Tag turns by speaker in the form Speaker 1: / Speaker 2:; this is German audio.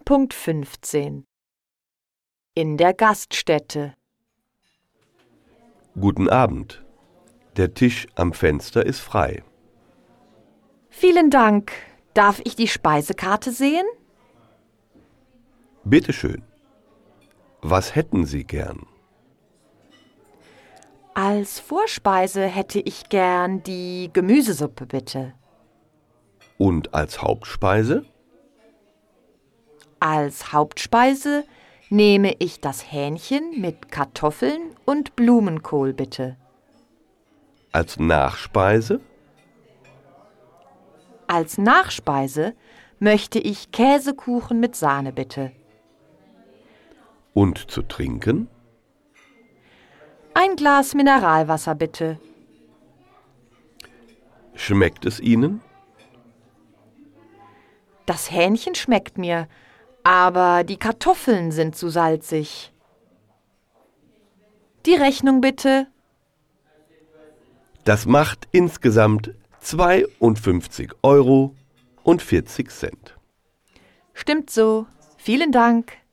Speaker 1: 9.15 In der Gaststätte.
Speaker 2: Guten Abend. Der Tisch am Fenster ist frei.
Speaker 1: Vielen Dank. Darf ich die Speisekarte sehen?
Speaker 2: Bitte schön. Was hätten Sie gern?
Speaker 1: Als Vorspeise hätte ich gern die Gemüsesuppe, bitte.
Speaker 2: Und als Hauptspeise?
Speaker 1: Als Hauptspeise nehme ich das Hähnchen mit Kartoffeln und Blumenkohl, bitte.
Speaker 2: Als Nachspeise?
Speaker 1: Als Nachspeise möchte ich Käsekuchen mit Sahne, bitte.
Speaker 2: Und zu trinken?
Speaker 1: Ein Glas Mineralwasser, bitte.
Speaker 2: Schmeckt es Ihnen?
Speaker 1: Das Hähnchen schmeckt mir, aber die Kartoffeln sind zu salzig. Die Rechnung bitte.
Speaker 2: Das macht insgesamt 52 Euro und 40 Cent.
Speaker 1: Stimmt so. Vielen Dank.